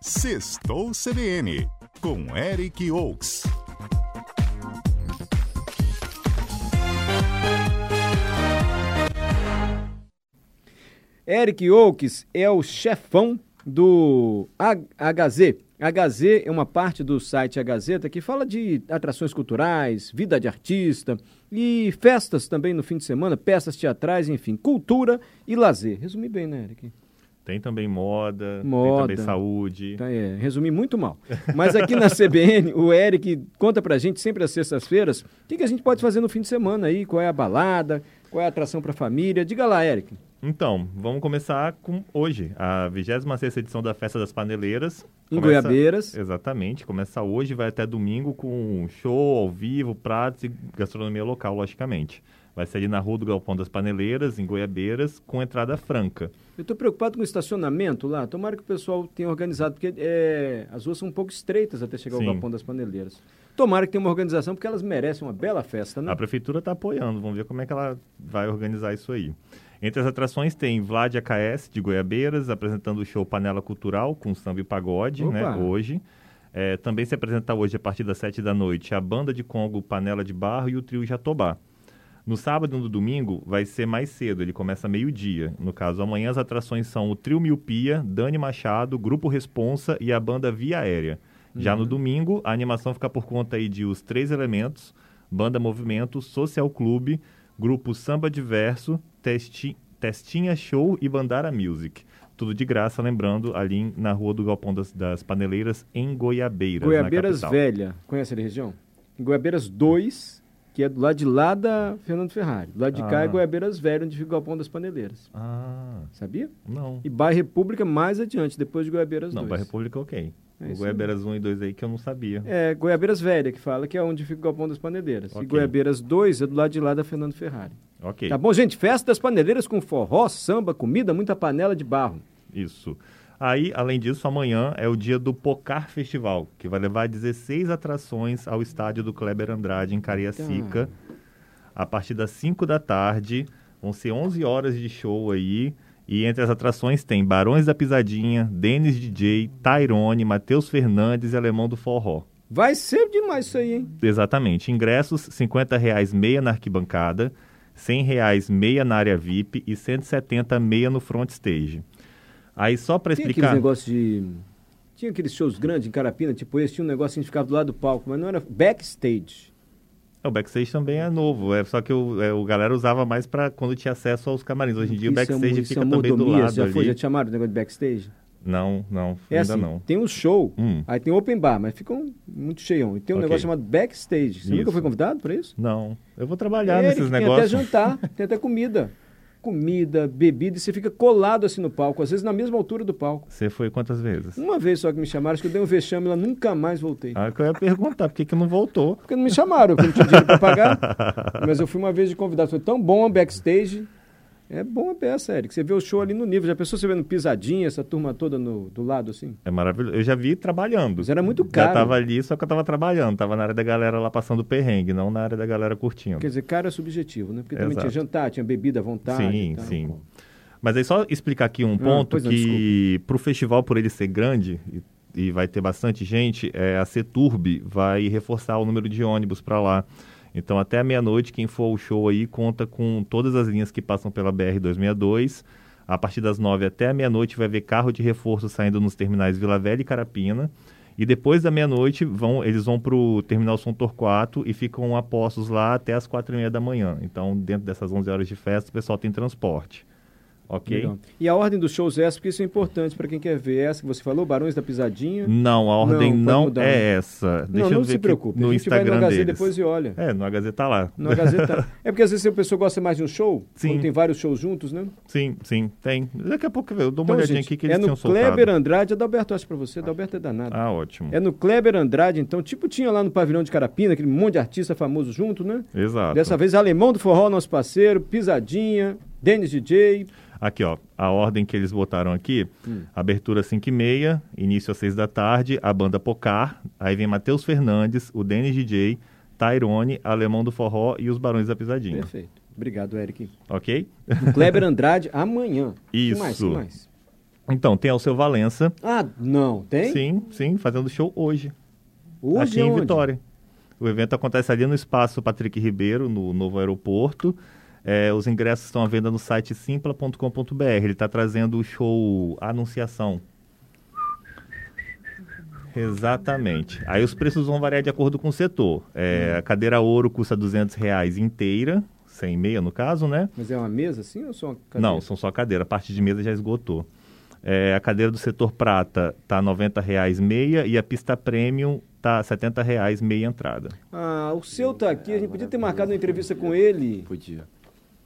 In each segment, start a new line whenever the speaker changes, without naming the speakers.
Sextou CBN, com Eric Oaks.
Eric Oaks é o chefão do HZ. HZ é uma parte do site A Gazeta que fala de atrações culturais, vida de artista e festas também no fim de semana, peças teatrais, enfim, cultura e lazer. Resumi bem, né, Eric?
Tem também moda,
Moda.
tem também saúde.
Tá, é, resumi muito mal. Mas aqui na CBN, o Eric conta pra gente sempre às sextas-feiras o que, que a gente pode fazer no fim de semana aí, qual é a balada, qual é a atração pra família. Diga lá, Eric.
Então, vamos começar com hoje, a 26ª edição da Festa das Paneleiras.
Em Goiabeiras.
Exatamente, começa hoje vai até domingo com show ao vivo, pratos e gastronomia local, logicamente. Vai ser ali na Rua do Galpão das Paneleiras, em Goiabeiras, com entrada franca.
Eu tô preocupado com o estacionamento lá. Tomara que o pessoal tenha organizado, porque é, as ruas são um pouco estreitas até chegar
Sim.
ao galpão das paneleiras. Tomara que tenha uma organização, porque elas merecem uma bela festa, né?
A prefeitura está apoiando, vamos ver como é que ela vai organizar isso aí. Entre as atrações tem Vlad AKS, de Goiabeiras, apresentando o show Panela Cultural, com samba e pagode,
Opa!
né, hoje. É, também se apresenta hoje, a partir das sete da noite, a banda de Congo Panela de Barro e o trio Jatobá. No sábado e no domingo vai ser mais cedo, ele começa meio-dia. No caso, amanhã as atrações são o Trio Miopia, Dani Machado, Grupo Responsa e a banda Via Aérea. Já
Uhum.
no domingo, a animação fica por conta aí de Os Três Elementos, Banda Movimento, Social Clube, Grupo Samba Diverso, Testi- Testinha Show e Bandara Music. Tudo de graça, lembrando, ali em- na Rua do Galpão das, das Paneleiras, em Goiabeiras,
Goiabeiras
na né, capital.
Velha. Conhece a região? Goiabeiras 2, que é do lado de lá da Fernando Ferrari. Do lado de cá
Ah.
é Goiabeiras Velha, onde fica o galpão das paneleiras.
Ah,
Sabia?
não.
E Bairro República mais adiante, depois de Goiabeiras
Não,
2.
vai República, ok.
É
o
isso
Goiabeiras 1 e 2 aí que eu não sabia.
É, Goiabeiras Velha, que fala que é onde fica o galpão das paneleiras. E
Ok.
Goiabeiras 2 é do lado de lá da Fernando Ferrari.
Ok,
Tá bom, gente? Festa das paneleiras com forró, samba, comida, muita panela de barro.
isso. Aí, além disso, amanhã é o dia do Pocar Festival, que vai levar 16 atrações ao estádio do Kleber Andrade, em Cariacica. A partir das 5 da tarde, vão ser 11 horas de show aí. E entre as atrações tem Barões da Pisadinha, Denis DJ, Tyrone, Matheus Fernandes e Alemão do Forró.
Vai ser demais isso aí, hein?
Exatamente. Ingressos, R$ 50 reais meia na arquibancada, R$ 100 reais meia na área VIP e R$ 170 meia no front stage. Aí só para
Tinha aqueles
explicar...
negócios de. Tinha aqueles shows grandes em Carapina, tipo esse, tinha um negócio que a gente ficava do lado do palco, mas não era backstage.
O backstage também é novo, é só que o, é, o galera usava mais para quando tinha acesso aos camarins. Hoje em dia o
Isso é
backstage
mu- isso
fica
é
também do
mordomia,
lado
já
ali.
foi, já te chamaram o negócio de backstage?
Não, não,
É
ainda
assim,
não.
tem um show,
Hum.
aí tem open bar, mas fica um- muito cheião. E tem um
Ok.
negócio chamado backstage. Você nunca
Isso.
foi convidado pra isso?
Não, eu vou trabalhar
Eric,
nesses
tem
negócios.
até jantar, tem até comida. Comida, bebida, e você fica colado assim no palco, às vezes na mesma altura do palco.
Você foi quantas vezes?
Uma vez só que me chamaram, acho que eu dei um vexame lá, nunca mais voltei.
Ah, que eu ia perguntar, por que, que não voltou?
Porque não me chamaram, porque não tinha dinheiro pra pagar. Mas eu fui uma vez de convidado, foi tão bom a backstage. É bom a peça, Eric. Você vê o show ali no nível. Já pensou você vendo pisadinha, essa turma toda no, do lado, assim?
É maravilhoso. Eu já vi trabalhando.
Mas era muito
Já
caro.
tava ali, só que eu tava trabalhando. Tava na área da galera lá passando perrengue, não na área da galera curtindo.
Quer dizer, cara é subjetivo, né? Porque também
Exato.
tinha jantar, tinha bebida à vontade. e
Sim,
tal.
sim. Mas aí só explicar aqui um ponto
pois não,
que pro festival, por ele ser grande e, e vai ter bastante gente, é, a Seturb vai reforçar o número de ônibus para lá. Então até a meia-noite, quem for ao show aí conta com todas as linhas que passam pela BR-262. A partir das nove até a meia-noite vai ver carro de reforço saindo nos terminais Vila Velha e Carapina. E depois da meia-noite, vão, eles vão para o Terminal São Torquato e ficam a postos lá até as quatro e meia da manhã. Então, dentro dessas 11 horas de festa, o pessoal tem transporte. Ok?
Legal. E a ordem dos shows é essa, porque isso é importante pra quem quer ver. Essa que você falou, Barões da Pisadinha.
Não, a ordem
Não, pode
não,
mudar,
é
né?
essa.
não,
Hum, Deixa
não
eu ver
se
aqui
preocupe.
no
a gente vai no
Instagram
HZ
deles.
depois e olha.
É, no HZ tá lá.
No HZ tá. É porque às vezes se o pessoal gosta mais de um show,
Sim.
quando tem vários shows juntos, né?
Sim, sim, tem. Daqui a pouco eu dou uma
Então,
olhadinha
gente,
aqui que
é
eles
no
tinham soltado.
Kleber Andrade, Adalberto, acho pra você. Adalberto é danado.
Ah, ótimo.
É no Kleber Andrade, então, tipo tinha lá no pavilhão de Carapina, aquele monte de artista famoso junto, né?
Exato.
Dessa vez, Alemão do Forró, nosso parceiro, Pisadinha, Denis DJ.
Aqui, ó, a ordem que eles botaram aqui,
Hum.
abertura 5 e meia, início às 6 da tarde, a banda Pocar, aí vem Matheus Fernandes, o Denis DJ, Tyrone, Alemão do Forró e os Barões da Pisadinha,
Perfeito. Obrigado, Eric.
ok?
No Kleber Andrade, amanhã. Que mais? Que
Isso.
mais?
Então, tem Alceu Valença.
Ah, não, tem?
Sim, sim, fazendo show hoje.
Hoje
aqui
é
em
onde?
Vitória. O evento acontece ali no espaço Patrick Ribeiro, no novo aeroporto. É, os ingressos estão à venda no site simpla.com.br. Ele está trazendo o show Anunciação. Exatamente. Aí os preços vão variar de acordo com o setor. É, A cadeira ouro custa R$ 200 reais inteira, 100 e meia no caso, né?
Mas é uma mesa assim ou só uma cadeira?
Não, são só cadeira. A parte de mesa já esgotou. É, a cadeira do setor prata tá R$ 90 reais meia e a pista premium tá R$ 70 reais meia entrada.
Ah, o seu tá aqui, a gente podia ter marcado uma entrevista com ele.
Podia.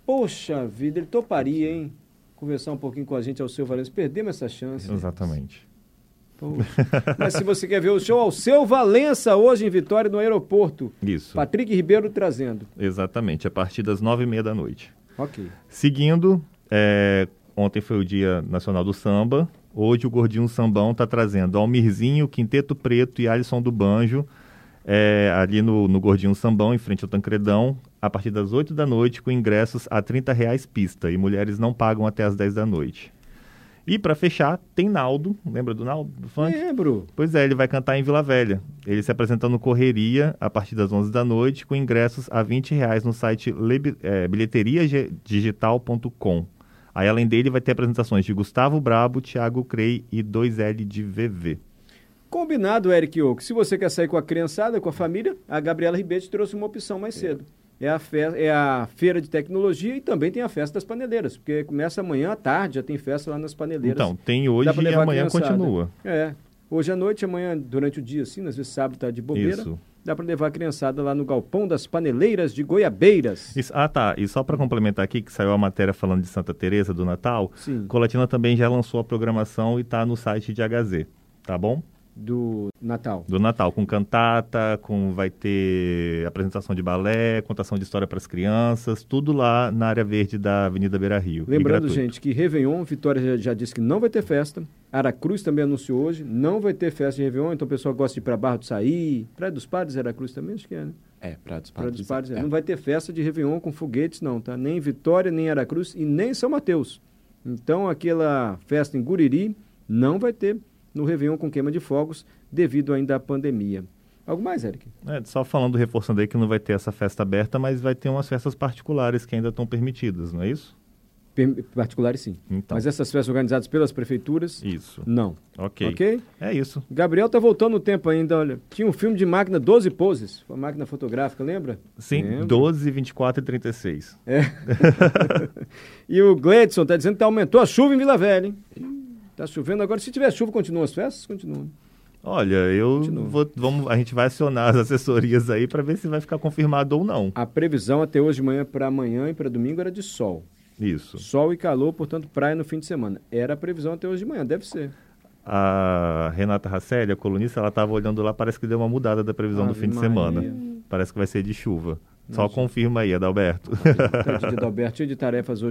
Poxa vida, ele toparia, hein? Conversar um pouquinho com a gente, Alceu Valença. Perdemos essa chance.
Exatamente.
Poxa. Mas se você quer ver o show, Alceu Valença, hoje em Vitória, no aeroporto.
Isso.
Patrick Ribeiro trazendo.
Exatamente. A partir das nove e meia da noite.
Ok.
Seguindo, é, ontem foi o Dia Nacional do Samba. Hoje o Gordinho Sambão está trazendo Almirzinho, Quinteto Preto e Alisson do Banjo é, ali no, no Gordinho Sambão, em frente ao Tancredão, a partir das 8 da noite, com ingressos a R$ 30 reais pista. E mulheres não pagam até as 10 da noite. E para fechar, tem Naldo. Lembra do Naldo, do funk?
Lembro.
Pois é, ele vai cantar em Vila Velha. Ele se apresenta no Correria a partir das 11 da noite, com ingressos a 20 reais no site leb- eh, bilheteriadigital.com. Aí, além dele, vai ter apresentações de Gustavo Brabo, Thiago Crei e 2L de VV.
Combinado, Eric Oak. Se você quer sair com a criançada, com a família, a Gabriela Ribeiro te trouxe uma opção mais cedo. É a, fe- é a feira de tecnologia e também tem a festa das paneleiras, porque começa amanhã à tarde, já tem festa lá nas paneleiras.
Então, tem
Dá
hoje
pra
e
levar a
amanhã
criançada.
continua.
É. Hoje à noite, amanhã durante o dia, assim, às vezes sábado tá de bobeira.
Isso.
Dá pra levar a criançada lá no galpão das paneleiras de Goiabeiras.
Isso- ah, tá. E só para complementar aqui, que saiu a matéria falando de Santa Teresa do Natal,
Sim.
Colatina também já lançou a programação e está no site de HZ, tá bom?
Do Natal.
do Natal, com cantata, com vai ter apresentação de balé, contação de história para as crianças, tudo lá na área verde da Avenida Beira Rio. e
Lembrando,
gratuito.
gente, que Réveillon, Vitória já, já disse que não vai ter festa. Aracruz também anunciou hoje, não vai ter festa de Réveillon, então o pessoal gosta de ir para Barra do Saí, Praia dos Padres, Aracruz também, acho que é, né?
É, Praia dos
Praia
Padres.
dos Padres, é. não vai ter festa de Réveillon com foguetes não, tá? Nem em Vitória, nem em Aracruz e nem em São Mateus. Então aquela festa em Guriri não vai ter no Réveillon com queima de fogos devido ainda à pandemia. Algo mais, Eric?
É, só falando, reforçando aí que não vai ter essa festa aberta, mas vai ter umas festas particulares que ainda estão permitidas, não é isso?
Per- Particulares sim.
Então.
Mas essas festas organizadas pelas prefeituras,
Isso.
não.
Ok.
Ok?
É isso.
Gabriel tá voltando no tempo ainda, olha. Tinha um filme de máquina 12 poses, uma máquina fotográfica, lembra?
Sim,
Lembro.
12, 24 e 36.
É. e o Gledson tá dizendo que aumentou a chuva em Vila Velha, hein? Tá chovendo agora. Se tiver chuva, continuam as festas? Continuam.
Olha, eu
Continua.
vou, vamos, a gente vai acionar as assessorias aí para ver se vai ficar confirmado ou não.
A previsão até hoje de manhã para amanhã e para domingo era de sol.
Isso.
Sol e calor, portanto, praia no fim de semana. Era a previsão até hoje de manhã, deve ser.
a Renata Rasselli, a colunista, ela estava olhando lá, parece que deu uma mudada da previsão do
Ave
fim de
Maria.
semana. Parece que vai ser de chuva. Só confirma aí, Adalberto.
Então, dia do Alberto, cheio de tarefas hoje.